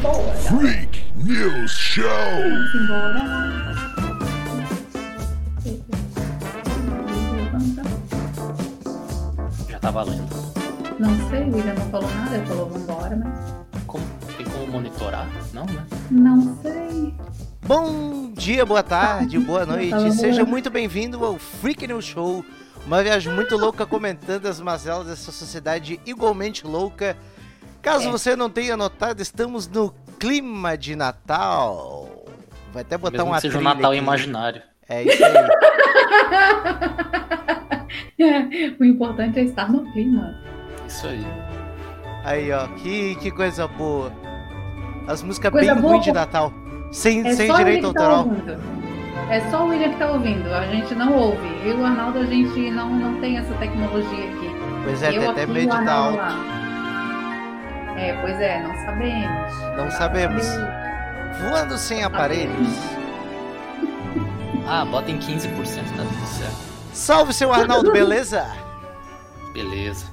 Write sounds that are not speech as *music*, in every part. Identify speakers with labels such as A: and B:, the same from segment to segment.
A: Bora.
B: Freak News Show.
A: Vamos embora. Levanta.
C: Já tá valendo.
A: Não sei, o William não falou nada, ele falou vambora, mas
C: Como? Tem como monitorar? Não, né?
A: não sei. *laughs*
D: Bom dia, boa tarde, boa noite. Seja muito bem-vindo ao Freak New Show. Uma viagem muito louca comentando as mazelas dessa sociedade igualmente louca.
A: É.
D: Caso você não tenha notado, estamos no clima de Natal. Vai até botar
C: Mesmo
D: uma
C: que seja um
D: trilha
C: Natal
D: aqui.
C: imaginário.
D: É isso aí.
A: o importante é estar no clima.
C: Isso aí.
D: Aí, ó. Que, que coisa boa. As músicas
A: Coisa
D: bem
A: boa.
D: ruins de Natal. Sem,
A: É
D: sem
A: só o
D: direito
A: William que tá
D: autoral.
A: ouvindo. É só o William que tá ouvindo, a gente não ouve. Eu e o Arnaldo, a gente não, não tem essa tecnologia aqui.
D: pois é,
A: eu
D: tem até
A: aqui,
D: medo
A: o
D: de dar
A: Arnaldo
D: alto.
A: lá. É, pois é, não sabemos.
D: Não sabemos. Voando sem aparelhos.
C: Ah, bota em 15%, tá tudo certo.
D: Salve, seu Arnaldo,
A: *laughs*
D: beleza?
C: Beleza.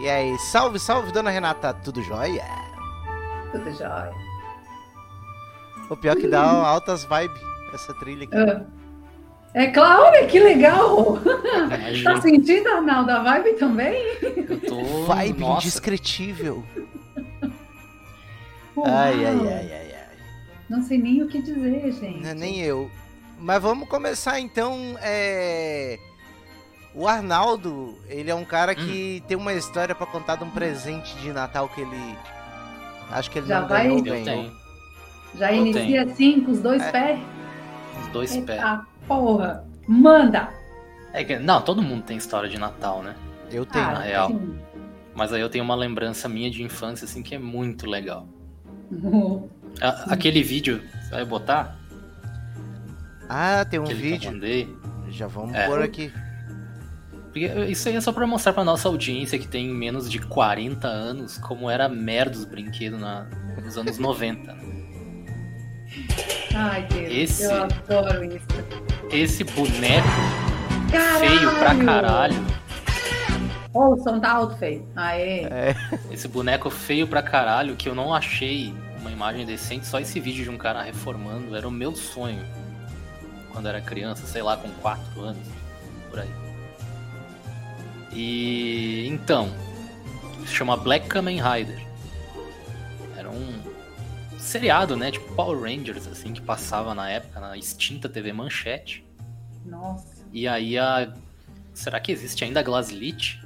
D: E aí, salve, salve, dona Renata, tudo jóia?
A: Tudo jóia.
D: O pior é que dá altas vibes essa trilha aqui.
A: Ah. É claro, que legal! Tá
C: Imagina.
A: sentindo, Arnaldo, a vibe também?
C: Eu tô.
D: Vibe
C: Nossa,
D: indescritível. Ai, ai, ai, ai, ai.
A: Não sei nem o que dizer, gente.
D: Não é nem eu. Mas vamos começar então. É... O Arnaldo, ele é um cara que
A: Hum.
D: tem uma história pra contar de um presente de Natal que ele. Acho que ele
A: Já
D: não
A: vai?
D: ganhou,
C: eu
D: ganhou.
C: tenho.
A: Já
C: Eu
A: inicia assim, com os dois
D: É.
A: pés?
C: Os dois pés.
A: Eita porra! Manda!
C: É que- não, todo mundo tem história de Natal, né?
D: Eu tenho.
A: Ah,
C: na real.
A: sim. *laughs*
C: Mas aí eu tenho uma lembrança minha de infância, assim, que é muito legal.
A: Uhum.
C: A- aquele vídeo, vai botar?
D: Ah, tem um
C: aquele que eu
D: vídeo.
C: mandei.
D: Já vamos
C: É.
D: pôr aqui.
C: Porque Isso aí é só pra mostrar pra nossa audiência que tem menos de 40 anos como era merda os brinquedos na- nos anos 90. né?
A: Ai, Deus,
C: Esse-
A: eu adoro isso.
C: Esse boneco
A: Caralho!
C: feio pra caralho,
A: Ó, o som tá alto, feio. Aê!
C: esse boneco feio pra caralho que eu não achei uma imagem decente, só esse vídeo de um cara reformando era o meu sonho quando era criança, sei lá, com 4 anos, por aí. E então, se chama Black Kamen Rider. Era um seriado, né, tipo Power Rangers assim, que passava na época na extinta TV Manchete.
A: Nossa.
C: E aí a será que existe ainda a Glaslit?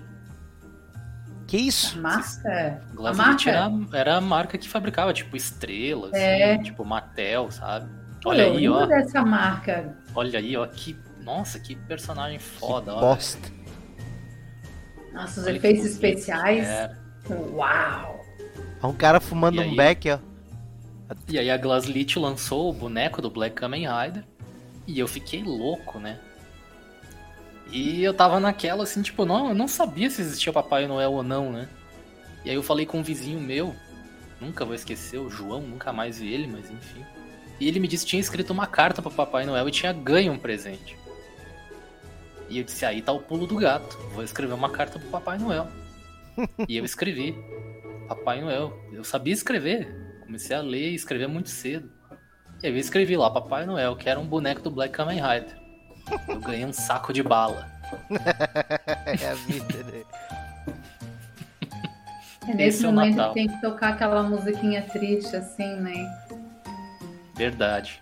D: Que isso?
A: Marca?
C: Glaslit
A: A
C: era, era a marca que fabricava, tipo, estrelas,
A: É.
C: assim, tipo Mattel, sabe? Olha
A: eu
C: aí,
A: lembro
C: ó.
A: dessa marca.
C: Olha aí, ó. Que. Nossa, que personagem foda, ó.
D: Bosta.
A: Nossa, os
C: Olha que
A: efeitos
C: bonito.
A: especiais.
C: É.
A: Uau! É
D: Ó, um cara fumando
C: E
D: um
C: aí?
D: beck, ó.
C: E aí a Glaslit lançou o boneco do Black Kamen Rider. E eu fiquei louco, né? E eu tava naquela, assim, tipo, não, eu não sabia se existia Papai Noel ou não, né? E aí eu falei com um vizinho meu, nunca vou esquecer, o João, nunca mais vi ele, mas enfim. E ele me disse que tinha escrito uma carta pro Papai Noel e tinha ganho um presente. E eu disse, aí tá o pulo do gato, vou escrever uma carta pro Papai Noel. e eu escrevi, Papai Noel. Eu sabia escrever, comecei a ler e escrever muito cedo. E aí eu escrevi lá, Papai Noel, que era um boneco do Black Kamen Rider. Eu ganhei um saco de bala.
D: É a vida, né?
A: É nesse
C: Esse é o
A: momento
C: Natal.
A: que tem que tocar aquela musiquinha triste, assim, né?
C: Verdade.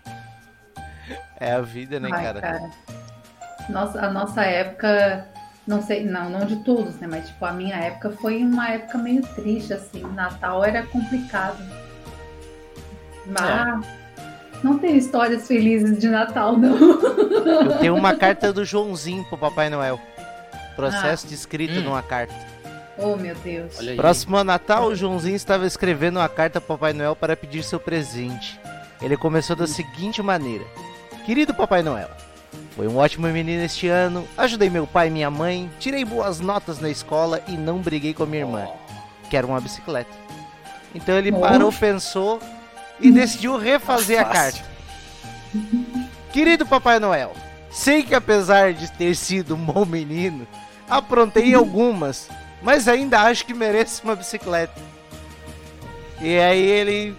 D: É a vida, né,
A: Ai,
D: cara?
A: Nossa, a nossa época, não sei, não, não de todos, né? Mas tipo, a minha época foi uma época meio triste, assim. Natal era complicado.
C: É.
A: Mas ah, não tem histórias felizes de Natal, não. *laughs*
D: Eu tenho uma carta do Joãozinho pro Papai Noel. Processo de escrita
C: Hum.
D: numa carta.
A: Oh, meu Deus.
C: Olha aí.
D: Próximo a Natal, o Joãozinho estava escrevendo uma carta ao Papai Noel para pedir seu presente. Ele começou da seguinte maneira: Querido Papai Noel, foi um ótimo menino este ano, ajudei meu pai e minha mãe, tirei boas notas na escola e não briguei com a minha irmã. Quero uma bicicleta. Então ele
A: Oh.
D: parou, pensou e decidiu refazer a carta.
C: Fácil.
D: Querido Papai Noel, sei que apesar de ter sido um bom menino, *laughs* aprontei algumas, mas ainda acho que mereço uma bicicleta. E aí ele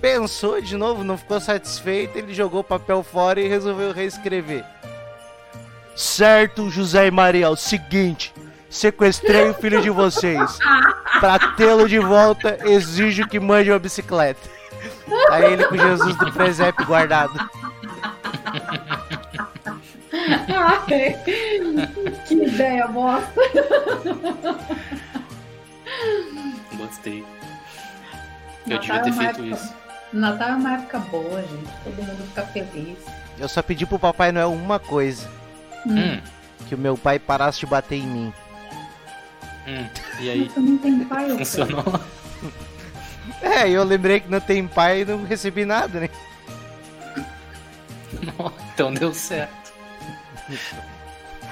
D: pensou de novo, não ficou satisfeito, ele jogou o papel fora e resolveu reescrever. Certo, José e Maria, é o seguinte, sequestrei o filho de vocês. Pra tê-lo de volta, exijo que mande uma bicicleta. Aí ele com Jesus do presépio guardado.
A: *laughs* Ai, que ideia bosta.
C: Gostei. Eu
A: Natal é
C: devia ter
A: uma
C: feito
A: época-
C: isso.
A: Natal é uma época boa, gente. Todo mundo fica feliz.
D: Eu só pedi pro Papai Noel uma coisa,
C: Hum,
D: que o meu pai parasse de bater em mim.
C: hum.
A: *laughs*
C: E aí,
A: Isso não tem pai.
C: *laughs*
A: eu sei.
C: funcionou?
D: É, eu lembrei que não tem pai e não recebi nada, né?
C: então deu certo.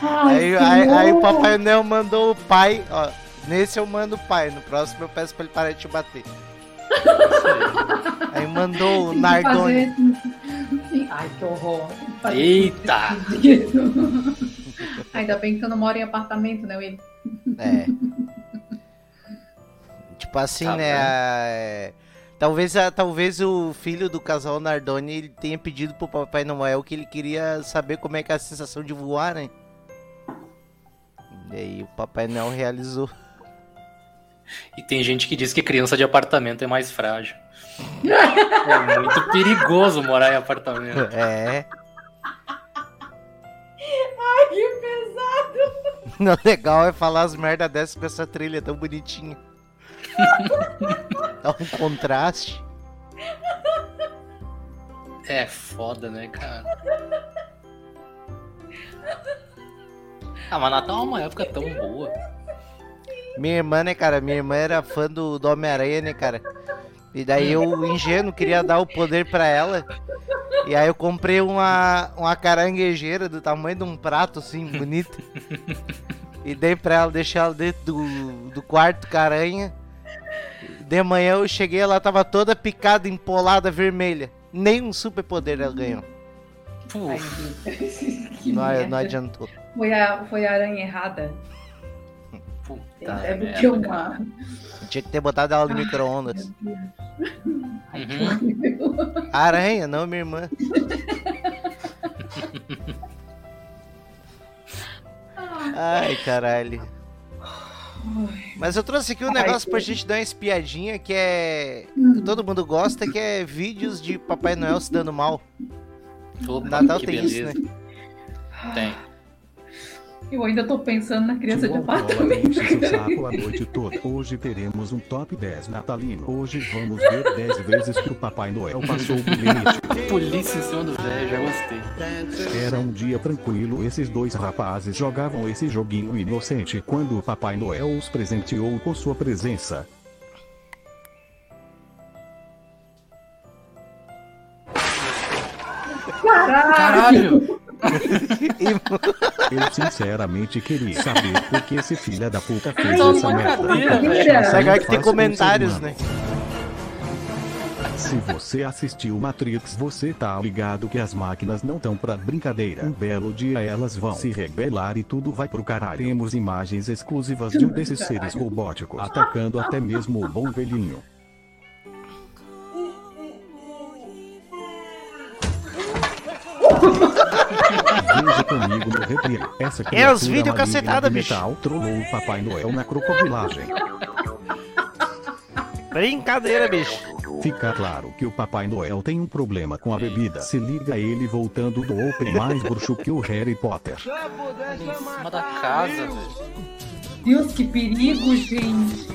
A: Ai,
D: Aí, aí-
A: senhor.
D: aí o Papai Noel mandou o pai, ó. Nesse eu mando o pai, no próximo eu peço pra ele parar de te bater.
C: Isso
D: Aí mandou o
A: Tem que
D: Nardone.
A: fazer- Ai, que horror. Tem que fazer
C: aí. Eita!
A: isso. Ainda bem que eu não moro em apartamento, né, Will?
D: É. *laughs* Tipo assim,
C: Tá
D: né? a- é, Talvez, a- talvez o filho do casal Nardoni ele tenha pedido pro Papai Noel que ele queria saber como é que é a sensação de voar, né? E aí o Papai Noel realizou.
C: E tem gente que diz que criança de apartamento é mais frágil. É muito perigoso morar em apartamento.
D: É.
A: Ai, que pesado.
D: *laughs* Não, legal é falar as merda dessas com essa trilha
A: *laughs*
D: tão bonitinha. Dá um contraste.
C: É foda, né,
D: *laughs*
C: cara? Ah, mas Natal é uma época tão boa.
D: Minha irmã, né, cara? Minha irmã era fã do, do Homem-Aranha, né, cara? E daí eu, ingênuo, queria dar o poder pra ela. E aí eu comprei uma, uma caranguejeira do tamanho de um prato, assim, bonito. E dei pra ela, deixei ela dentro do, do quarto com a aranha. De manhã eu cheguei, ela tava toda picada, empolada, vermelha. Nem um super poder ela ganhou.
A: Ai,
C: Puf,
A: gente. que
D: Não, é,
A: merda.
D: não adiantou.
A: Foi a, foi a aranha errada. É Tem
C: puta
D: é
A: deve
C: merda,
A: ter
C: cara.
A: uma.
D: Tinha que ter botado ela no micro-ondas.
C: Uhum.
D: Aranha, não minha irmã. Ai, caralho. Mas eu trouxe aqui um
A: Ai,
D: negócio pra
A: que-
D: gente dar uma espiadinha que é. que
A: Hum.
D: todo mundo gosta, que é vídeos de Papai Noel se dando mal.
C: Uhum, Opa,
D: Natal
C: que
D: tem isso, né?
C: beleza. Tem.
A: Eu ainda tô pensando na criança de
B: Tio Angola
A: apartamento.
B: enche seu
A: *laughs*
B: saco a noite toda. Hoje teremos um top 10 natalino. Hoje vamos ver 10 vezes que o Papai Noel passou do limite.
C: Polícia em cima do velho, já gostei.
B: Era um dia tranquilo, esses dois rapazes jogavam esse joguinho inocente quando o Papai Noel os presenteou com sua presença.
C: Caralho!
B: Eu sinceramente queria saber por que esse filho da puta fez
C: Ai,
B: essa merda.
C: brincadeira,
B: Eu
A: velho.
B: acho
D: Só que é que tem
B: fácil
D: comentários,
B: um ser
D: né?
B: humano. Se você assistiu Matrix, você tá ligado que as máquinas não estão pra brincadeira. Um belo dia elas vão se rebelar e tudo vai pro caralho. Temos imagens exclusivas de um desses seres robóticos atacando até mesmo o bom velhinho. Veja comigo no replay. Essa
D: É
B: criatura
D: os vídeo
B: maligna
D: cacetada,
B: de
D: bicho.
B: metal trollou o Papai Noel na crocodilagem.
D: Brincadeira, bicho.
B: Fica claro que o Papai Noel tem um problema com a bebida. Se liga ele voltando do Open mais bruxo que o Harry Potter.
C: Em cima da casa, velho.
A: Deus, que perigo, gente.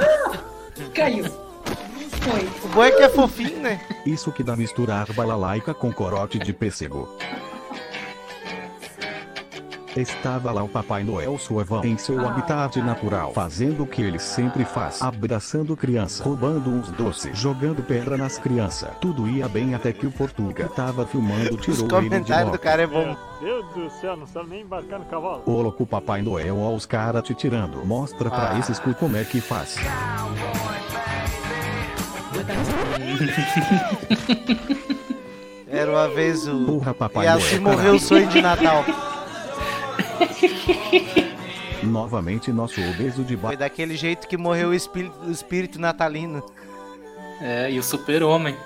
A: *laughs* Caiu. Foi.
D: O bom é que é fofinho, né?
B: Isso que dá misturar balalaica com corote de pêssego. Estava lá o Papai Noel suavão em seu habitat natural, fazendo o que ele sempre faz, abraçando criança, roubando uns doces, jogando pedra nas crianças. Tudo ia bem até que o Portuga tava filmando,
D: Os
B: tirou ele de
D: comentários do
B: moto.
D: cara é bom.
E: Meu Deus do céu, não sabe nem embarcar no cavalo.
B: Ô louco Papai Noel, ó os caras te tirando. Mostra pra
C: Ah.
B: esses cu como é que faz.
D: Era uma vez o.
B: Porra, Papai
D: E assim
B: Noel.
D: morreu
B: caralho.
D: o sonho de Natal.
B: Novamente nosso obeso de ba...
D: Foi daquele jeito que morreu o espírito, o espírito natalino.
C: É, e o
D: *laughs*
C: super-homem.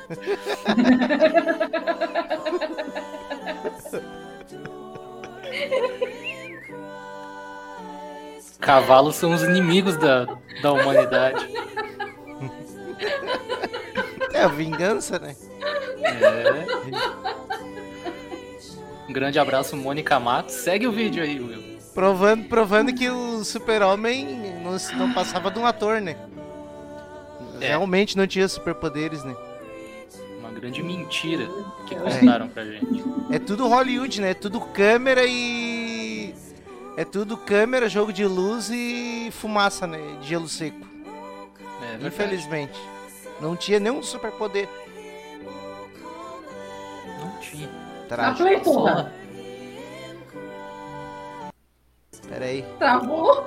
C: Cavalos são os inimigos da, da humanidade.
D: É a vingança, né?
C: Um grande abraço, Mônica Matos. Segue o vídeo aí, Will.
D: Provando, provando que o super-homem não, se- não passava de um ator, né?
C: É.
D: Realmente não tinha superpoderes, né?
C: Uma grande mentira
A: É.
C: que contaram pra gente.
D: É tudo Hollywood, né? É tudo câmera e. É tudo câmera, jogo de luz e fumaça, né? De gelo seco.
C: É verdade.
D: Infelizmente. Não tinha nenhum superpoder.
C: Não tinha.
A: Ah,
D: Trágico.
A: play,
C: Só
A: porra.
D: Pera aí.
A: Travou.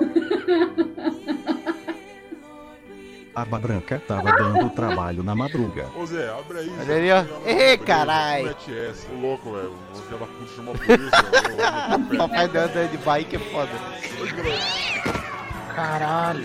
B: Aba Branca tava dando trabalho na madruga.
F: Ô Zé, abre aí.
D: Olha
F: Zé.
D: ali, ó.
F: Filha da
D: Ê,
F: puta,
D: carai. *laughs*
F: Como é que é esse louco, velho? O filho da puta chamou a *laughs* Tá polícia.
D: Papai deu andando de bike é foda.
C: Caralho.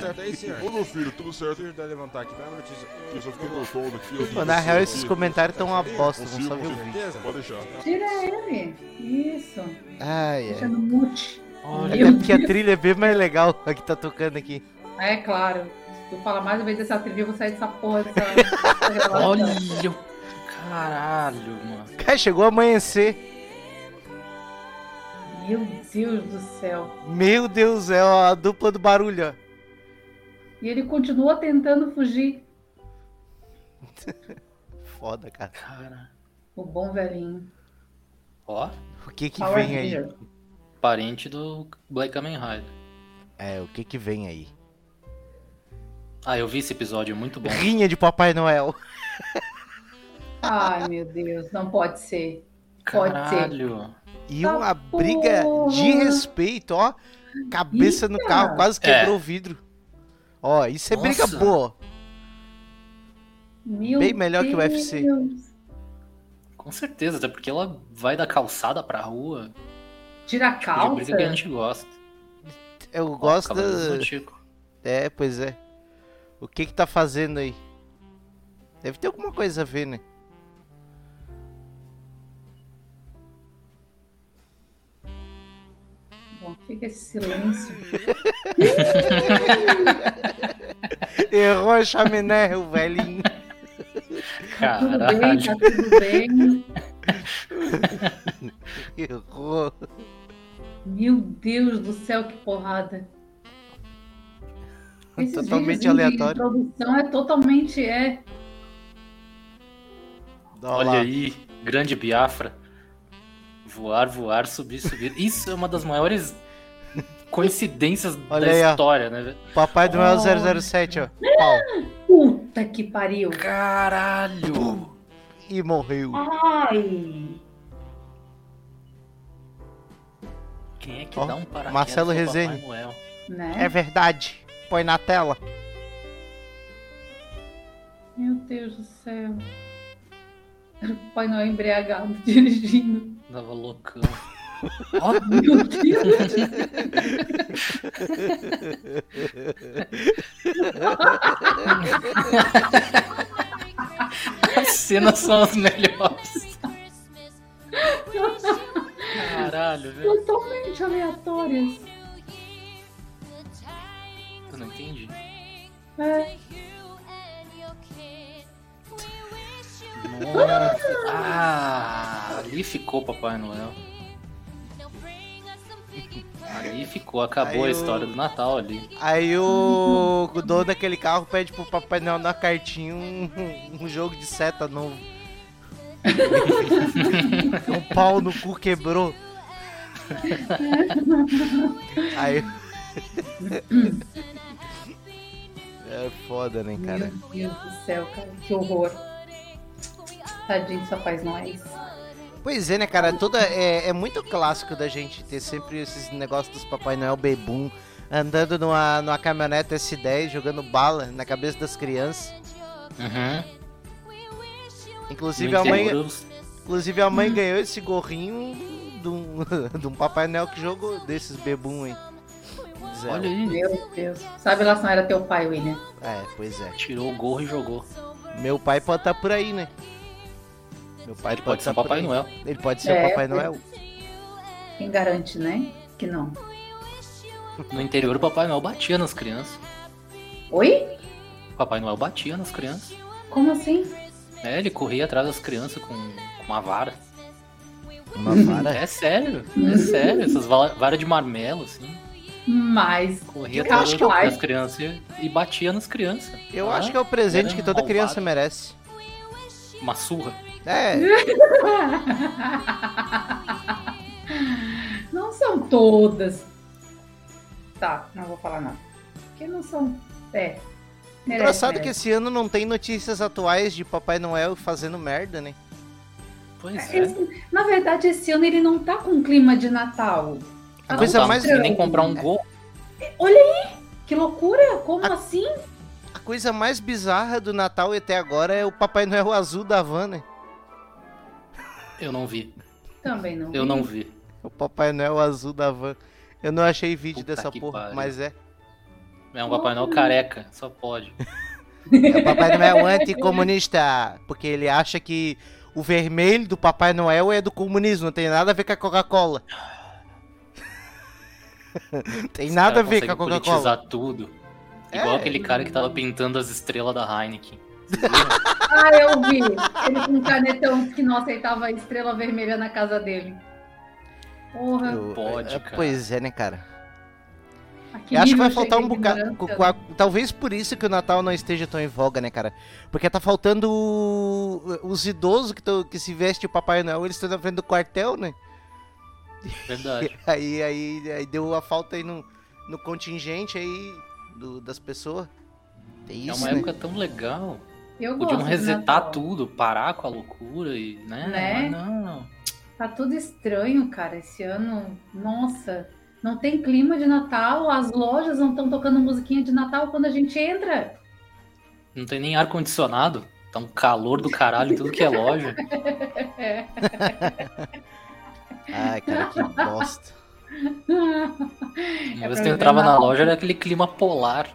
F: Ô meu filho, tudo tá certo? Deixa eu levantar aqui, vai uma notícia. Eu só fiquei com sono aqui. eu
D: Pô,
F: não
D: na
F: consigo
D: real, esses
F: aqui. é
D: comentários estão uma bosta, vamos
F: Consigo,
D: só ver o
F: consigo.
D: vídeo.
F: Pode deixar.
A: Tira ele. Isso.
D: Ai,
A: Deixa
D: ai.
A: no mute.
C: Olha,
D: Até porque a trilha é bem mais legal a que tá tocando aqui.
A: É claro. Se tu falar mais uma vez dessa trilha, eu vou sair dessa porra. Dessa... dessa gravação.
C: olha. o- Caralho, mano.
D: Cara, chegou a amanhecer.
A: Meu Deus do céu.
D: Meu Deus, é a dupla do barulho, ó.
A: E ele continua tentando fugir.
D: Foda, cara.
C: Cara.
A: O bom velhinho.
C: Ó,
D: O que que
A: Power
D: vem aí?
A: Ranger.
C: parente do Black Kamen Rider.
D: É, o que que vem aí?
C: Ah, eu vi esse episódio, é muito bom.
D: Rinha de Papai Noel.
A: Ai, meu Deus. Não pode ser. Pode ser.
C: Caralho.
D: E
A: Tá
D: uma briga de
A: porra.
D: respeito, ó. Cabeça no carro, quase quebrou o vidro. Ó, isso é briga
C: É. Nossa.
D: boa.
A: Meu
D: Bem melhor que o UFC.
A: Deus.
C: Com certeza, até porque ela vai da calçada pra rua.
A: Tira a
C: Tipo, de
A: calça.
C: briga que a gente gosta.
D: Eu
C: Ó,
D: gosto
C: Cavaleiros
D: da...
C: do Zodíaco.
D: É, pois é. O que que tá fazendo aí? Deve ter alguma coisa a
A: *laughs*
D: ver, né?
A: Bom, fica esse silêncio.
D: Errou a chaminé, o velhinho. *laughs*
A: Tudo bem,
C: Caralho.
A: tá tudo bem.
D: Errou.
A: Meu Deus do céu, que porrada. Esses
D: Totalmente
A: vídeos em
D: aleatório.
A: produção é totalmente é.
C: Olha aí, grande Biafra. Voar, voar, subir, subir. Isso é uma das
D: *laughs*
C: maiores coincidências
D: Olha
C: da
D: aí, ó.
C: história, né? velho?
D: Papai do Noel
A: Oh.
D: 007, ó. Pau.
A: Puta que pariu.
C: Caralho!
D: E morreu.
A: Ai.
C: Quem é que
D: Ó,
C: dá um paraquedas
D: Marcelo
C: pro
D: Rezende.
C: Papai Noel?
A: Né?
D: É verdade. Põe na tela.
A: Meu Deus do céu. Era o Papai Noel embriagado *laughs* dirigindo.
C: Tava loucão. *laughs*
A: Meu Deus.
C: As cenas são as melhores. Caralho, velho.
A: Totalmente aleatórias.
C: Eu não entendi.
A: É.
C: Nossa. Ah, ali ficou Papai Noel. Ali ficou, acabou
D: Aí
C: a
D: o-
C: história do Natal ali.
D: Aí o, o dono daquele carro pede pro Papai Noel na cartinha um, um jogo de seta novo. *laughs* um pau no cu quebrou. Aí. *laughs* É foda, né,
A: Meu
D: cara?
A: Deus do céu, cara. Que horror. Tadinho, só faz nós.
D: Pois é, né, cara? Toda, é, é muito clássico da gente ter sempre esses negócios dos Papai Noel bebum andando numa, numa caminhonete S10 jogando bala na cabeça das crianças.
C: Uhum.
D: Inclusive, a
C: Muito
D: mãe,
C: horroroso.
D: Inclusive a mãe ganhou *laughs* esse gorrinho de um, de um Papai Noel que jogou desses bebum aí. Diz ela.
C: Olha aí,
A: Meu Deus. Sabe lá se não era teu pai, William?
D: É, pois é.
C: tirou o gorro e jogou.
D: Meu pai pode estar por aí, né? Meu pai
C: Ele pode ser
D: tá
C: o
D: por
C: Papai
D: aí.
C: Noel.
D: Ele pode ser
A: É,
D: o Papai
A: pois-
D: Noel.
A: Quem garante, né? Que não.
C: No interior, o Papai Noel batia nas crianças.
A: Oi?
C: O Papai Noel batia nas crianças.
A: Como assim?
C: É, ele corria atrás das crianças com, com uma vara.
D: Uma vara.
C: É sério, é sério. Essas va- varas de marmelo, assim.
A: Mas
C: Corria
A: Eu
C: atrás
A: acho que é eu-
C: das crianças e- e batia nas crianças.
D: Eu
C: Ah,
D: acho que é o presente
C: era um
D: que toda
C: malvado.
D: criança merece.
C: Uma surra.
D: É,
A: *laughs* não são todas. Tá, não vou falar nada. Porque não são. É. Merece,
D: engraçado que
A: merece.
D: esse ano não tem notícias atuais de Papai Noel fazendo merda, né?
C: Pois é.
A: Esse- na verdade, esse ano ele não tá com um clima de Natal.
D: A
A: Tá
D: coisa
A: com
C: Ah, não
D: mais- É.
C: tava conseguindo nem
A: estranho.
C: comprar um gol.
A: Que loucura! Como
D: Ah.
A: assim?
D: A coisa mais bizarra do Natal até agora é o Papai Noel azul da van, né?
C: Eu não vi.
A: Também não.
C: Eu não vi.
D: O Papai Noel azul da van. Eu não achei vídeo
C: Puta
D: dessa
C: que
D: porra,
C: pariu.
D: mas é.
C: É um Papai Noel careca, só pode.
D: É o Papai Noel anticomunista. Porque ele acha que o vermelho do Papai Noel é do comunismo, não tem nada a ver com a Coca-Cola. *laughs* tem
C: Esse
D: nada
C: cara
D: a ver com a
C: consegue
D: Coca-Cola.
C: politizar tudo.
D: É.
C: Igual aquele cara que tava pintando as estrelas da Heineken.
A: Ah, eu vi. Ele com um canetão que não aceitava a estrela vermelha na casa dele. Porra,
D: Eu-
C: Pode,
D: é,
C: cara.
D: Pois é, né, cara?
A: aqui
D: Eu acho que vai faltar um bocado. com a- Talvez por isso que o Natal não esteja tão em voga, né, cara? Porque tá faltando o- os idosos que, tão- que se vestem o Papai Noel, eles estão na frente do quartel, né?
C: Verdade.
D: *laughs* Aí, aí, aí deu a falta aí no, no contingente aí do- das pessoas. É
C: é
D: isso,
C: uma
D: né?
C: época tão legal.
A: Eu gosto
C: Podiam
A: do
C: resetar
A: Natal.
C: tudo, parar com a loucura e. Né?
A: Né?
C: Mas não.
A: Tá tudo estranho, cara, esse ano. Nossa, não tem clima de Natal, as lojas não estão tocando musiquinha de Natal quando a gente entra. *laughs*
C: Não tem nem ar-condicionado. Tá um calor do caralho em tudo que
A: *laughs*
C: é loja.
A: É,
D: Ai, cara, que bosta.
C: Uma vez
A: pra
C: que eu
A: viver
C: entrava na
A: Natal.
C: loja era aquele clima polar.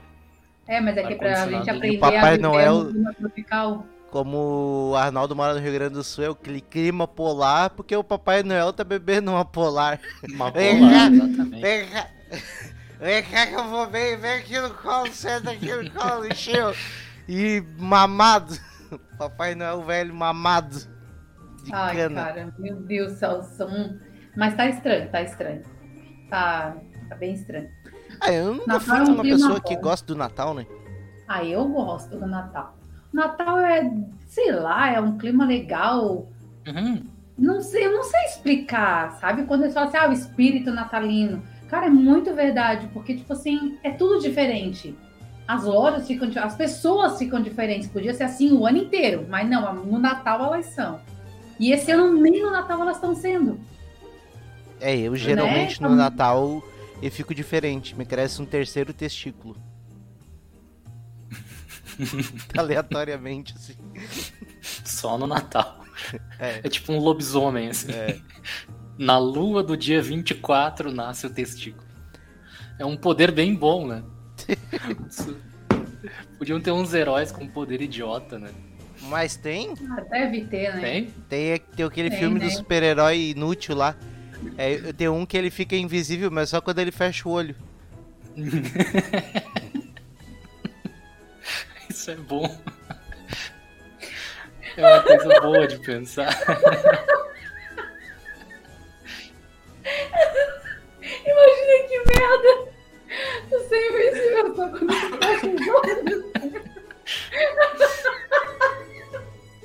A: É, mas é que pra
C: Ar-condicionado.
A: gente
C: E o
A: aprender
D: Papai
A: a viver
D: Noel-
A: no clima tropical.
D: Como o Arnaldo mora no Rio Grande do Sul, é aquele clima polar, porque o Papai Noel tá bebendo uma polar. *laughs*
C: Uma
D: É.
C: polar, exatamente.
D: Vem cá. Vem cá que eu vou bem, vem aqui no colo, senta aqui no colo, encheu. E mamado. *laughs* Papai Noel velho mamado. De
A: Ai,
D: cana.
A: cara, meu Deus, do céu, são. Mas tá estranho, tá estranho. Tá, tá bem estranho.
D: Ah, eu nunca
A: Natal
D: fui
A: é um
D: uma
A: clima bom.
D: pessoa que gosta do Natal, né?
A: Ah, eu gosto do Natal. Natal é, sei lá, é um clima legal,
C: Uhum.
A: Não sei, eu não sei explicar, sabe? Quando eles falam assim, ah, o espírito natalino. Cara, é muito verdade, porque, tipo assim, é tudo diferente. As lojas ficam, di- as pessoas ficam diferentes. Podia ser assim o ano inteiro, mas não, no Natal elas são. E esse ano nem no Natal elas estão sendo.
D: É, eu
A: Né?
D: geralmente no
A: Como-
D: Natal eu fico diferente, me cresce um terceiro testículo. Aleatoriamente, assim.
C: Só no Natal.
D: É.
C: É tipo um lobisomem, assim. *laughs* Na lua do dia 24 nasce o testículo. É um poder bem bom, né? Isso- Podiam ter uns heróis com poder idiota, né?
D: Mas tem,
A: Ah, Deve ter, né?
C: Tem?
D: tem, é tem aquele
A: Tem,
D: filme do
A: né?
D: super-herói inútil lá. É, tem um que ele fica invisível, mas só quando ele fecha o olho.
C: Isso é bom. É uma coisa boa de pensar.
A: Imagina que merda! Tu sem invisível só quando tu
C: *laughs*
A: fecha os olhos.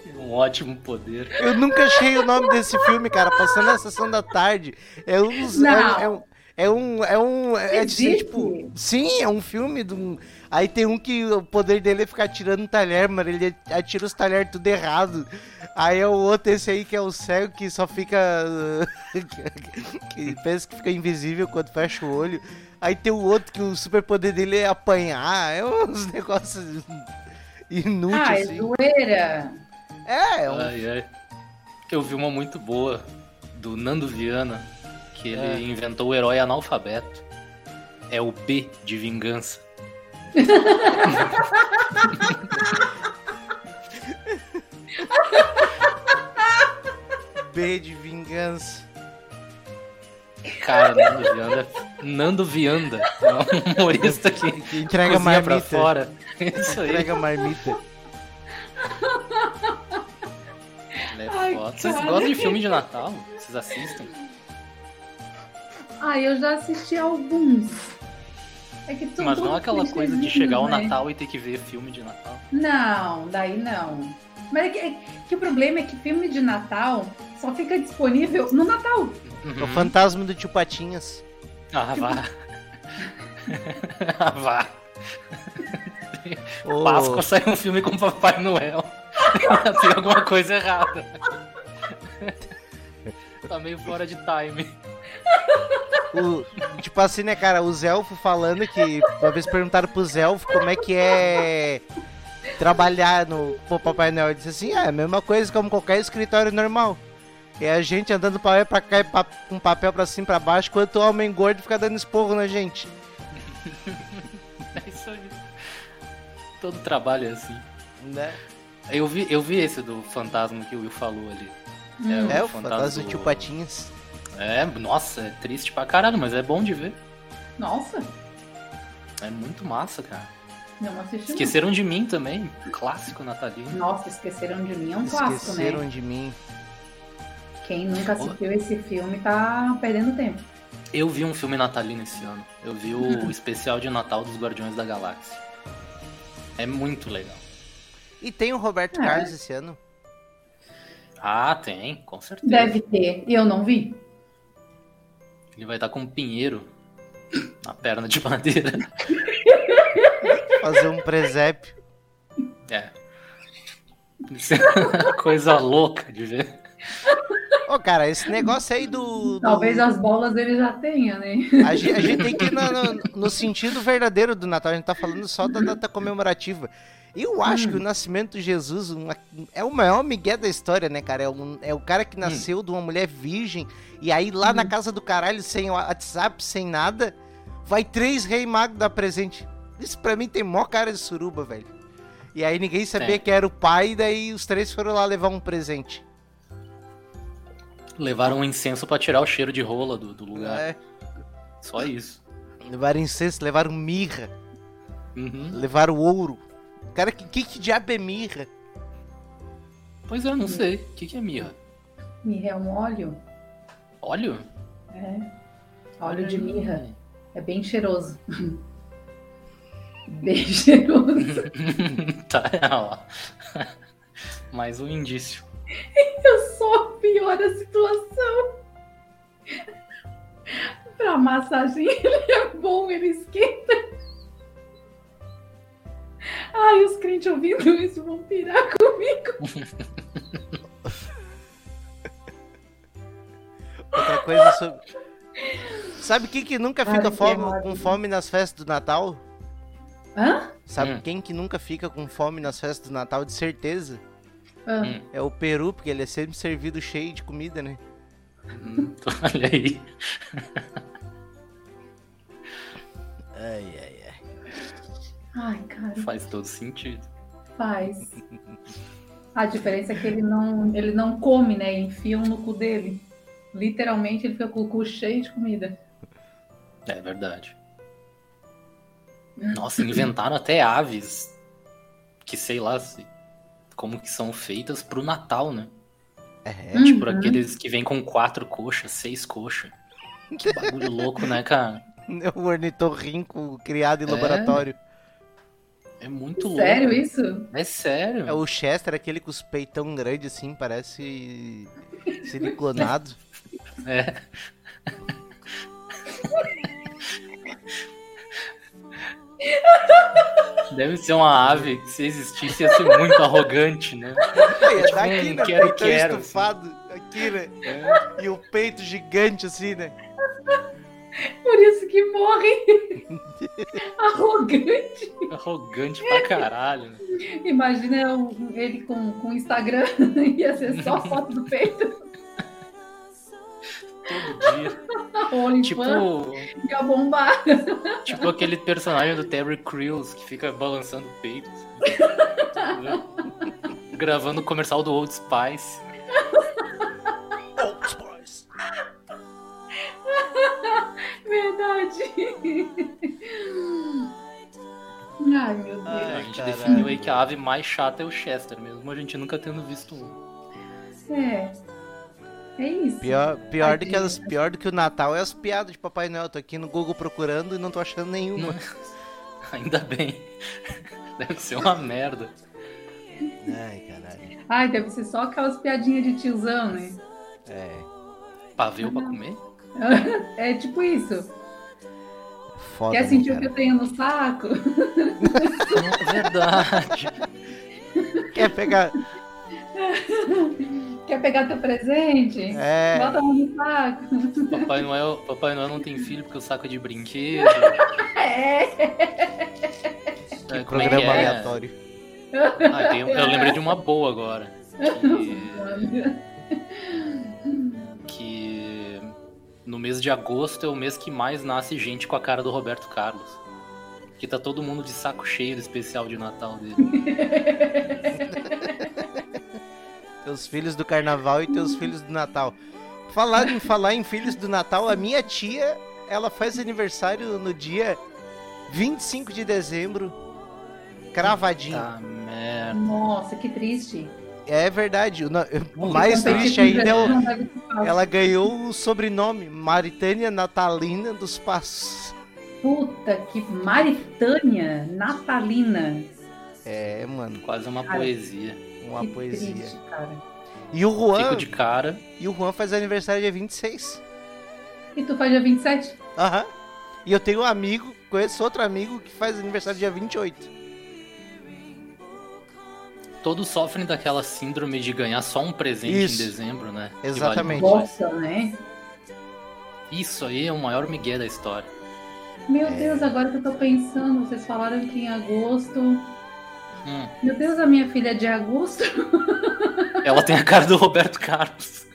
C: É Um ótimo poder.
D: Eu nunca achei o nome desse filme, cara. Passando na sessão da tarde. É uns- é um.
A: Não.
D: É um é um. É um. É de ser,
A: Existe.
D: tipo. Sim, é um filme. De um... Aí tem um que o poder dele é ficar atirando talher, mano. Ele atira os talher tudo errado. Aí é o outro, esse aí que é o cego que só fica. *laughs* que pensa que fica invisível quando fecha o olho. Aí tem o outro que o superpoder dele é apanhar. É uns *laughs* negócios inúteis,
A: Ah, é
D: assim.
A: zoeira!
D: É, é um
C: Ai, ai. Eu vi uma muito boa do Nando Viana, que ele
D: É.
C: inventou o herói analfabeto. É o B de vingança.
D: B de vingança.
C: Cara, Nando Vianda. Nando Vianda. É um humorista que
D: Que entrega
C: cozinha pra
D: marmita.
C: fora. Isso aí.
D: Entrega marmita.
C: Ele é
A: Ai,
C: foda. Vocês
A: cara.
C: gostam de filme de Natal? Vocês assistem?
A: Ah, eu já assisti alguns. É que tudo. né?
C: Mas não aquela coisa de chegar ao Natal e ter que ver filme de Natal.
A: Não, daí não. Mas é que, é que o problema é que filme de Natal só fica disponível no Natal.
D: É O
C: Uhum.
D: fantasma do tio Patinhas.
C: Ah, vá. *laughs* ah, vá.
D: O-
C: Páscoa sai um filme com Papai Noel. *laughs* Tem alguma coisa errada. *laughs* tá meio fora de time. *laughs*
D: o- tipo assim, né, cara? Os elfos falando que. Uma vez perguntaram pros elfos como é que é trabalhar no pro Papai Noel. Ele disse assim: "Ah, é a mesma coisa como qualquer escritório normal. É a gente andando pra lá e pra cá e pa- com papel pra cima e pra baixo, enquanto o homem gordo fica dando esporro na gente.
C: É isso aí. Todo trabalho é assim.
D: Né?
C: Eu vi, eu vi esse do fantasma que o Will falou ali.
D: É, o fantasma do tio Patinhas.
C: É, nossa, é triste pra caralho, mas é bom de ver.
A: Nossa,
C: É muito massa, cara.
A: não assisti.
C: Esqueceram de mim também. Clássico natalino.
A: não. Nossa, esqueceram de mim é um clássico, né?
D: Esqueceram de mim.
A: Quem nunca assistiu esse filme tá perdendo tempo.
C: Eu vi um filme natalino esse ano. Eu vi
A: Uhum.
C: o especial de Natal dos Guardiões da Galáxia. É muito legal.
D: E tem o Roberto
A: É.
D: Carlos esse ano.
C: Ah, tem, com certeza.
A: Deve ter. E eu não vi.
C: Ele vai estar com um pinheiro na perna de madeira.
D: Fazer um *laughs* presépio.
C: É. *laughs* Isso é uma coisa louca de ver.
D: Ô, cara, esse negócio aí do. do-
A: Talvez as bolas ele já tenha, né? *laughs*
D: A gente, a gente tem que ir no, no- no sentido verdadeiro do Natal, a gente tá falando só da data comemorativa. Eu acho que o nascimento de Jesus uma- é o maior migué da história, né, cara? É, um- é o cara que nasceu de uma mulher virgem, e aí lá na casa do caralho, sem WhatsApp, sem nada, vai três rei magos dar presente. Isso pra mim tem mó cara de suruba, velho. E aí ninguém sabia
C: Tem.
D: que era o pai, daí os três foram lá levar um presente.
C: Levaram um incenso pra tirar o cheiro de rola do, do lugar.
D: É,
C: Só isso.
D: levaram incenso, levaram mirra.
C: Uhum.
D: Levaram ouro. Cara, que, que, que diabo é mirra?
C: Pois é,
A: Uhum.
C: eu não sei. O que, que é mirra?
A: Mirra é um óleo.
C: Óleo?
A: É. Óleo
C: Hum.
A: de mirra. É bem cheiroso. *laughs* Bem cheiroso.
C: *laughs* tá, ó. *laughs* Mais um indício.
A: Eu só pior a situação. Pra massagem ele é bom, ele esquenta. Ai, os crentes ouvindo isso vão pirar comigo.
D: Outra coisa sobre. Sabe quem que nunca
A: Cara,
D: fica
A: que
D: fome-
A: ódio.
D: com fome nas festas do Natal?
A: Hã?
D: Sabe
C: Hum.
D: quem que nunca fica com fome nas festas do Natal, de certeza?
A: Ah,
C: Hum.
D: É o Peru, porque ele é sempre servido cheio de comida, né?
C: Hum, *laughs* Olha aí.
D: Ai, ai, ai.
A: Ai, cara,
C: Faz todo sentido.
A: faz. A diferença é que ele não, ele não come, né? Enfiam no cu dele. Literalmente ele fica com o cu cheio de comida.
C: É verdade.
A: É.
C: Nossa, inventaram até aves que sei lá se- como que são feitas pro Natal, né?
D: É. *laughs*
A: Hum,
C: Tipo
A: hum.
C: aqueles que vêm com quatro coxas, seis coxas. Que bagulho louco, né, cara?
D: O ornitorrinco criado em
C: É.
D: laboratório.
C: É muito louco.
A: Sério isso?
C: É sério.
D: É o Chester, aquele com os peitão grande assim, parece
C: *laughs*
D: siliconado.
C: Tipo É. Deve ser uma ave que se existisse ia ser muito arrogante, né?
D: Olha,
C: Tipo,
D: daqui, né?
C: um quero,
D: peitão
C: quero, assim.
D: estufado. Aqui, né?
C: É
D: E o peito gigante, assim, né?
A: Por isso que morrem. *laughs* Arrogante.
C: Arrogante pra caralho. né?
A: Imagina o- ele com, com Instagram *laughs* ia ser só foto do peito.
C: Todo dia. Tipo,
A: Olifant ia bombar.
C: tipo aquele personagem do Terry Crews que fica balançando o peito. assim. Gravando o comercial do Old Spice.
A: Verdade. Ai, meu Deus.
C: A
D: Ai.
C: gente
D: Caralho.
C: definiu aí que a ave mais chata é o Chester, mesmo a gente nunca tendo visto um. *laughs*
A: É. É isso.
D: Ah. Pior, pior, do que as, pior do que o Natal é as piadas de Papai Noel. Tô aqui no Google procurando e não tô achando nenhuma.
C: Ainda bem. Deve ser uma merda.
D: Ai, caralho.
A: Ai, deve ser só aquelas piadinhas de tiozão, né?
D: É.
C: Paveu pra comer?
A: É tipo isso.
D: Foda.
A: Quer
D: né,
A: sentir o que
D: cara?
A: eu tenho no saco? *laughs*
C: Não, Verdade.
D: Quer pegar.
A: Quer pegar teu presente?
D: É.
A: *laughs* Bota a mão no saco. *laughs*
C: Papai Noel, Papai Noel não tem filho porque o saco é de brinquedo.
A: É.
C: É, como é que
D: um Programa
C: é?
D: aleatório.
C: Ah, tem- eu lembrei de uma boa agora. Que, que no mês de agosto é o mês que mais nasce gente com a cara do Roberto Carlos. Que tá todo mundo de saco cheio do especial de Natal
A: *laughs*
C: dele.
D: Teus filhos do carnaval e teus filhos do Natal. Falar em, falar em filhos do Natal, a minha tia, ela faz aniversário no dia 25 de dezembro. Cravadinho.
C: Tá merda.
A: Nossa, que triste.
D: É verdade. O na- o mais triste ainda é o, Ela ganhou o sobrenome Maritânia Natalina dos Passos.
A: Puta que Maritânia Natalina.
D: É, mano,
C: Quase uma
A: Cara.
C: poesia.
D: uma
A: que
D: poesia.
A: triste, cara.
D: E o Juan,
C: Fico de cara.
D: e o Juan faz aniversário dia 26.
A: E tu faz dia 27?
D: Aham. E eu tenho um amigo, conheço outro amigo que faz aniversário dia 28.
C: Todos sofrem daquela síndrome de ganhar só um presente
D: Isso.
C: em dezembro, né? Que
D: Exatamente.
C: vale por mais.
A: Nossa, né?
C: Isso aí é o maior migué da história.
A: Meu Deus, agora que eu tô pensando, vocês falaram que em agosto.
C: Hum.
A: Meu Deus, a minha filha é de agosto. *laughs*
C: Ela tem a cara do Roberto Carlos.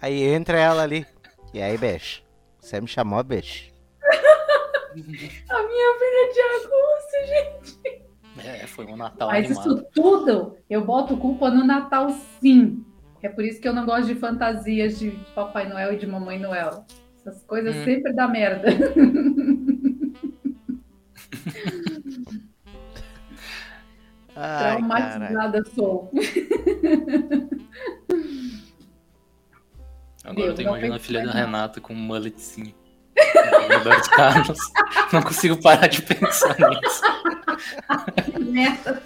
D: Aí entra ela ali. E aí, bicho? Você me chamou, bicho?
A: A minha filha é de agosto, gente.
C: É, foi um Natal
A: Mas
C: animado.
A: isso tudo eu boto culpa no Natal, sim. É por isso que eu não gosto de fantasias de Papai Noel e de Mamãe Noel. Essas coisas
C: Hum.
A: sempre dá merda. *laughs* Então,
D: Ai, caralho.
A: Traumatizada eu sou.
C: Agora eu tô
A: Deus, não
C: imaginando
A: tem
C: a filha da
A: mais nada.
C: Renata com um mulletzinho. Roberto Carlos. Não consigo parar de pensar nisso.
A: Merda.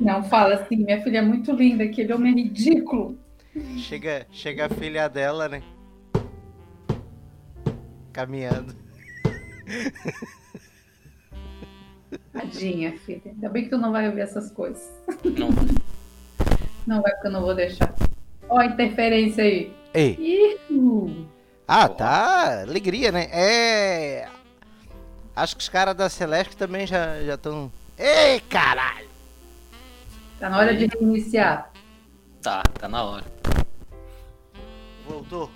A: Não fala assim, minha filha é muito linda, aquele homem é ridículo.
D: Chega, chega a filha dela, né? Caminhando.
A: Tadinha, filha. Ainda bem que tu não vai ouvir essas coisas.
C: Não,
A: Não vai, porque eu não vou deixar. Ó, a interferência aí.
D: Ei,
A: Ih, hum.
D: Ah,
C: Ó.
D: tá. Alegria, né? É. Acho que os caras da Celeste também já estão. Ei, caralho!
A: tá na hora de reiniciar.
C: tá, tá na hora.
D: Voltou.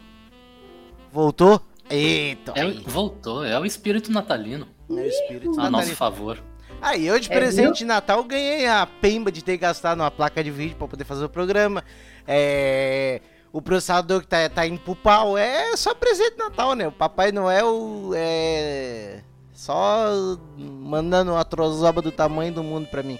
D: Voltou? Eita!
C: É,
D: aí.
C: o- voltou, é o espírito natalino.
D: Meu espírito
C: A nosso
D: natalino.
C: favor.
D: Aí, eu de
A: É,
D: presente de Natal ganhei a pemba de ter que gastar numa placa de vídeo pra poder fazer o programa. É. O processador que tá, tá indo pro pau é só presente de Natal, né? O Papai Noel é. Só mandando uma trozoba do tamanho do mundo pra mim.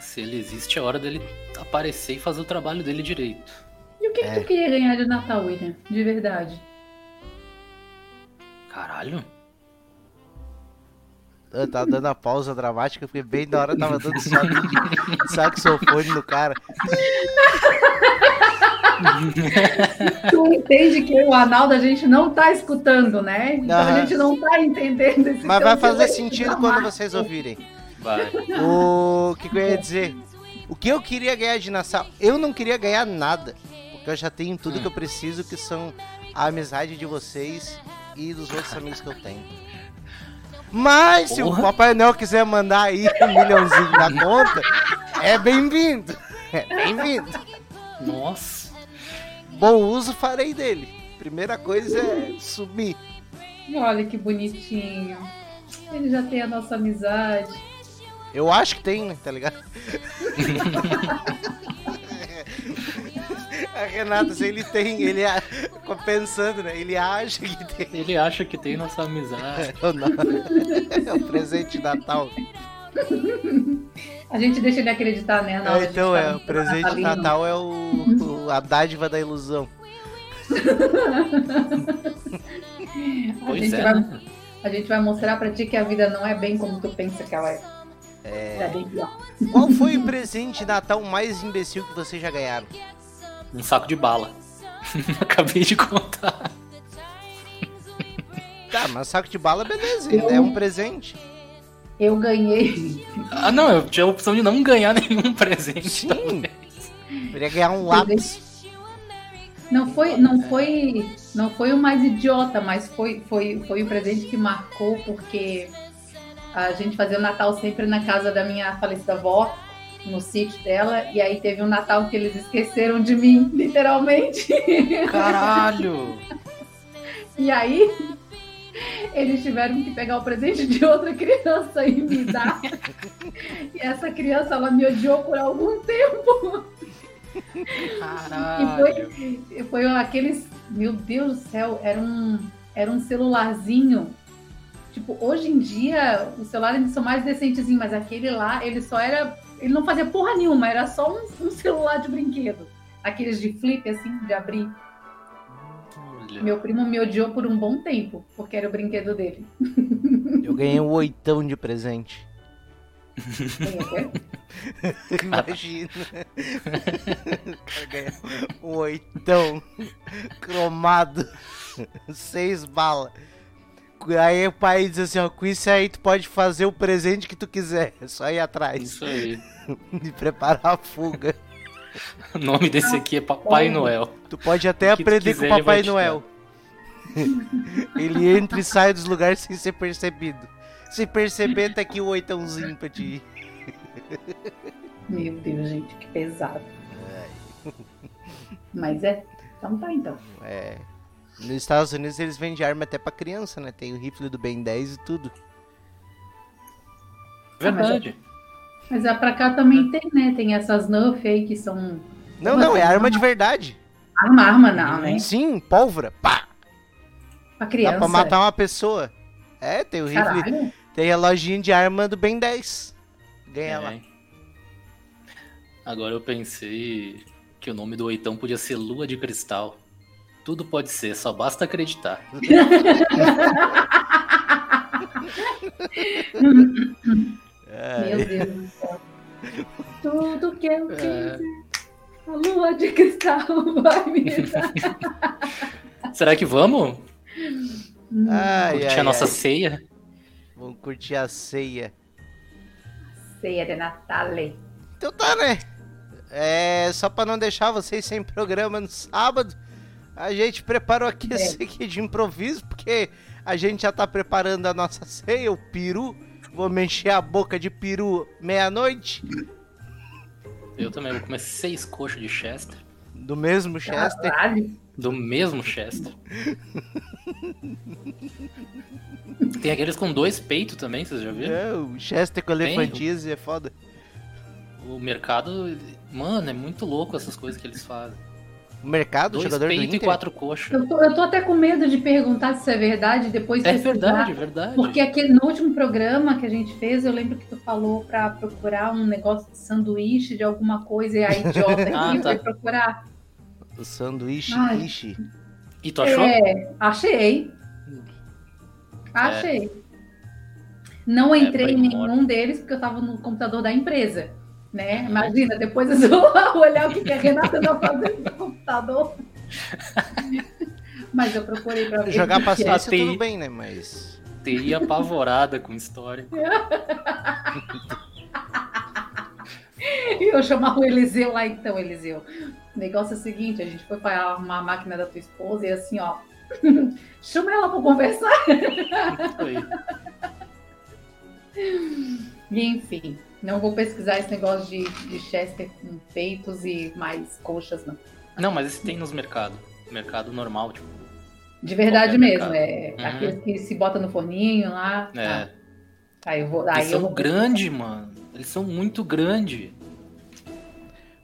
C: Se ele existe, é hora dele aparecer e fazer o trabalho dele direito.
A: E o que, que
D: É.
A: tu queria ganhar de Natal, William? De
D: *laughs*
A: verdade.
C: Caralho.
D: Eu tava dando a pausa dramática, porque bem na hora eu tava dando só de saxofone no cara.
A: Tu entende que o anal da gente não tá escutando, né? Então
D: Aham.
A: a gente não tá entendendo esse
D: Mas
A: teu
D: vai fazer
A: silêncio
D: sentido quando
A: dramático.
D: vocês ouvirem.
C: Vai.
D: O que que eu ia dizer? O que eu queria ganhar de Nassau? Eu não queria ganhar nada, porque eu já tenho tudo que eu preciso, que são a amizade de vocês e dos outros amigos que eu tenho. Mas se o
C: Porra.
D: Papai Noel quiser mandar aí um milhãozinho na conta, é bem-vindo. É bem-vindo.
C: Nossa.
D: bom uso farei dele. Primeira coisa é sumir.
A: E olha que bonitinho. Ele já tem a nossa amizade.
D: Eu acho que tem, né? Tá ligado? A Renata, se ele tem, ele a- ficou pensando, né? Ele acha que tem.
C: Ele acha que tem nossa amizade.
D: Ou não. É um presente de Natal.
A: A gente deixa ele acreditar, né? na hora
D: É,
A: de
D: então,
A: ficar
D: é, o presente de
A: natalino.
D: Natal é o, o- a dádiva da ilusão.
A: A
C: Pois
A: gente,
C: é,
A: vai,
C: né?
A: a gente vai mostrar pra ti que a vida não é bem como tu pensa que ela é. É, bem pior.
D: Qual foi o presente de Natal mais imbecil que vocês já ganharam?
C: Um saco de bala. *laughs* Acabei de contar.
D: Tá, mas saco de bala, beleza, é um presente.
A: Eu ganhei.
C: Ah, não, eu tinha a opção de não ganhar nenhum presente.
D: Sim. Poderia ganhar um lápis.
A: Não foi, não foi, não foi o mais idiota, mas foi, foi, foi o presente que marcou porque a gente fazia o Natal sempre na casa da minha falecida avó, no sítio dela, e aí teve um Natal que eles esqueceram de mim, *laughs* literalmente.
C: Caralho!
A: E aí *laughs* eles tiveram que pegar o presente de outra criança e me dar. E essa criança ela me odiou por algum tempo. E
C: Caralho!
A: foi, foi aqueles. Meu Deus do céu, era um, era um celularzinho. Tipo, hoje em dia, os celulares eles são mais decentezinhos, mas aquele lá, ele só era. Ele não fazia porra nenhuma, era só um, um celular de brinquedo. Aqueles de flip, assim, de abrir.
C: Olha,
A: Meu primo me odiou por um bom tempo, porque era o brinquedo dele.
D: Eu ganhei um oitão de presente. *laughs* Imagina. Cara, ganhar um oitão cromado, seis balas. Aí o pai diz assim, ó, com isso aí tu pode fazer o presente que tu quiser, é só ir atrás
C: Isso aí.
D: e preparar a fuga.
C: *laughs* O nome desse aqui é Papai Noel.
D: Tu pode até
C: que tu
D: aprender
C: quiser,
D: com o
C: ele vai
D: Papai
C: te
D: Noel. *laughs* ele entra e sai dos lugares sem ser percebido. Se perceber, tá aqui o oitãozinho pra ti.
A: Meu Deus, gente, que pesado. *laughs* Mas é. Então tá, então.
D: É. Nos Estados Unidos eles vendem arma até pra criança, né? Tem o rifle do Ben 10 e tudo.
C: Verdade.
A: Mas é pra cá também tem, né? Tem essas Nuff aí que são.
D: Não, não, é arma de verdade.
A: Arma, arma não, né?
D: Sim, pólvora.
A: Pra
D: Pá! Uhum. Dá
A: criança.
D: pra matar uma pessoa. É, tem o rifle.
A: Caralho.
D: Tem a lojinha de arma do Ben 10. Ganha lá.
C: É. Agora eu pensei que o nome do oitão podia ser Lua de Cristal. Tudo pode ser, só basta acreditar.
D: É.
A: Meu Deus do céu. Tudo que eu quiser. A lua de cristal *laughs* vai
D: *laughs*
A: me dar.
C: Será que vamos?
D: Ai,
C: Curtir
D: ai,
C: a nossa
D: ai.
C: ceia?
D: Vamos curtir a ceia.
A: Ceia de Natale.
D: Então tá, né? É só pra não deixar vocês sem programa no sábado. A gente preparou aqui
A: É.
D: esse aqui de improviso, porque a gente já tá preparando a nossa ceia, o peru. Vou mexer a boca de peru meia-noite,
C: Eu também vou comer seis coxas de Chester.
D: do mesmo Chester.
A: Caralho.
C: Do mesmo
D: *laughs*
C: Chester. Tem aqueles com dois peitos também, vocês já viram?
D: É, o Chester com elefantise é foda.
C: O mercado, ele- mano, é muito louco essas coisas que eles fazem.
D: O mercado, o
C: Dois
D: jogador do
C: peitos e
D: Inter.
C: quatro coxas.
A: Eu tô, eu tô até com medo de perguntar se isso é verdade depois
C: É
A: pesquisar.
C: verdade, verdade.
A: Porque aquele, no último programa que a gente fez, eu lembro que tu falou pra procurar um negócio de sanduíche de alguma coisa e a idiota aqui
C: *laughs* Ah, tá.
A: foi procurar.
D: O sanduíche,
A: Ai.
D: quiche.
C: E tu achou?
A: É, achei.
C: É.
A: Achei. Não entrei em
C: pra ir embora.
A: nenhum deles porque eu tava no computador da empresa. Né? Imagina, depois eu vou *laughs* lá olhar o que, que a Renata tá fazendo no
C: *laughs*
A: computador. Mas eu procurei pra ver.
D: Jogar paciência
C: ATI.
D: tudo bem, né? Mas.
C: Teria apavorada com história.
A: E eu chamava o Eliseu lá, então, Eliseu. O negócio é o seguinte, a gente foi para arrumar a máquina da tua esposa e assim, ó. *laughs* Chama ela pra conversar.
C: é Foi.
A: E, enfim, não vou pesquisar esse negócio de, de Chester com peitos e mais coxas, não.
C: Não, mas esse tem nos mercados. Mercado normal, tipo.
A: De verdade
C: Qualquer
A: mesmo,
C: mercado.
A: é
C: Uhum.
A: aqueles que se bota no forninho lá.
D: Ah,
C: É.
A: Tá, aí eu vou.
C: Eles
A: Aí eu
C: são
A: vou...
C: grandes, mano. Eles são muito grandes.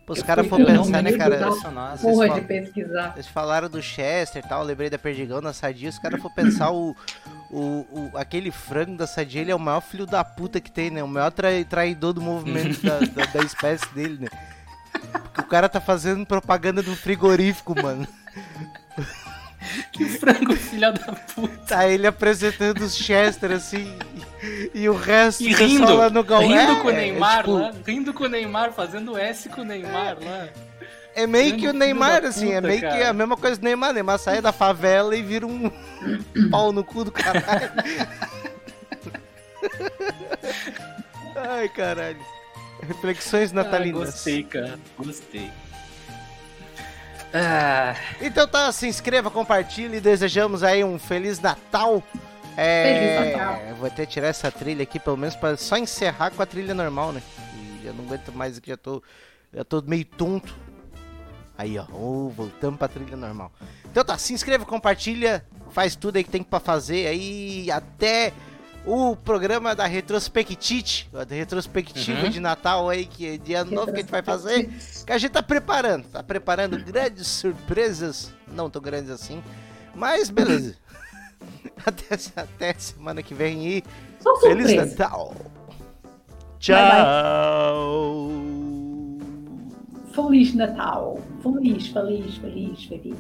D: Pô, os
A: Eu
D: caras
A: fui
D: for
A: ver um
D: pensar, né,
A: vídeo
D: cara?
A: da
C: Impressionado.
D: Vocês
A: Porra
D: falam-
A: de pesquisar.
D: Vocês falaram do Chester e tal, lembrei da Perdigão na Sadia. Se o cara for pensar, o, o, o- aquele frango da Sadia, ele é o maior filho da puta que tem, né? O maior trai- traidor do movimento da, da- da espécie dele, né? Porque o cara tá fazendo propaganda do frigorífico, mano.
C: Que frango, filha da puta.
D: Tá ele apresentando os Chester, assim, e, e o resto
C: E
D: o pessoal
C: rindo.
D: lá no galpão.
C: rindo
D: É,
C: com o
D: é,
C: Neymar né?
D: tipo,
C: lá. Rindo com o Neymar, fazendo S com o Neymar lá.
D: É meio que
C: Grande
D: o
C: filho
D: Neymar,
C: da
D: assim, é
C: puta,
D: meio que
C: cara.
D: a mesma coisa do Neymar. O Neymar sai da favela e vira um pau no cu do caralho. Ai, caralho. Reflexões
C: Ah,
D: natalinas.
C: gostei, cara. Gostei. Ah,
D: então tá, se inscreva, compartilhe. Desejamos aí um Feliz Natal. É,
A: Feliz Natal.
D: eu Vou até tirar essa trilha aqui, pelo menos, pra só encerrar com a trilha normal, né? E eu não aguento mais aqui, já tô, já tô meio tonto. Aí, ó, ô, voltamos pra trilha normal. Então tá, se inscreva, compartilha, faz tudo aí que tem pra fazer aí, até o programa da Retrospectite, da retrospectiva
C: Uhum.
D: de Natal aí, que é dia novo que a gente vai fazer, que a gente tá preparando, tá preparando grandes surpresas, não tão grandes assim, mas beleza. Até, até semana que vem e
A: Só
D: Feliz
A: surpresa.
D: Natal! Tchau!
A: Feliz Natal. Feliz, feliz, feliz, feliz.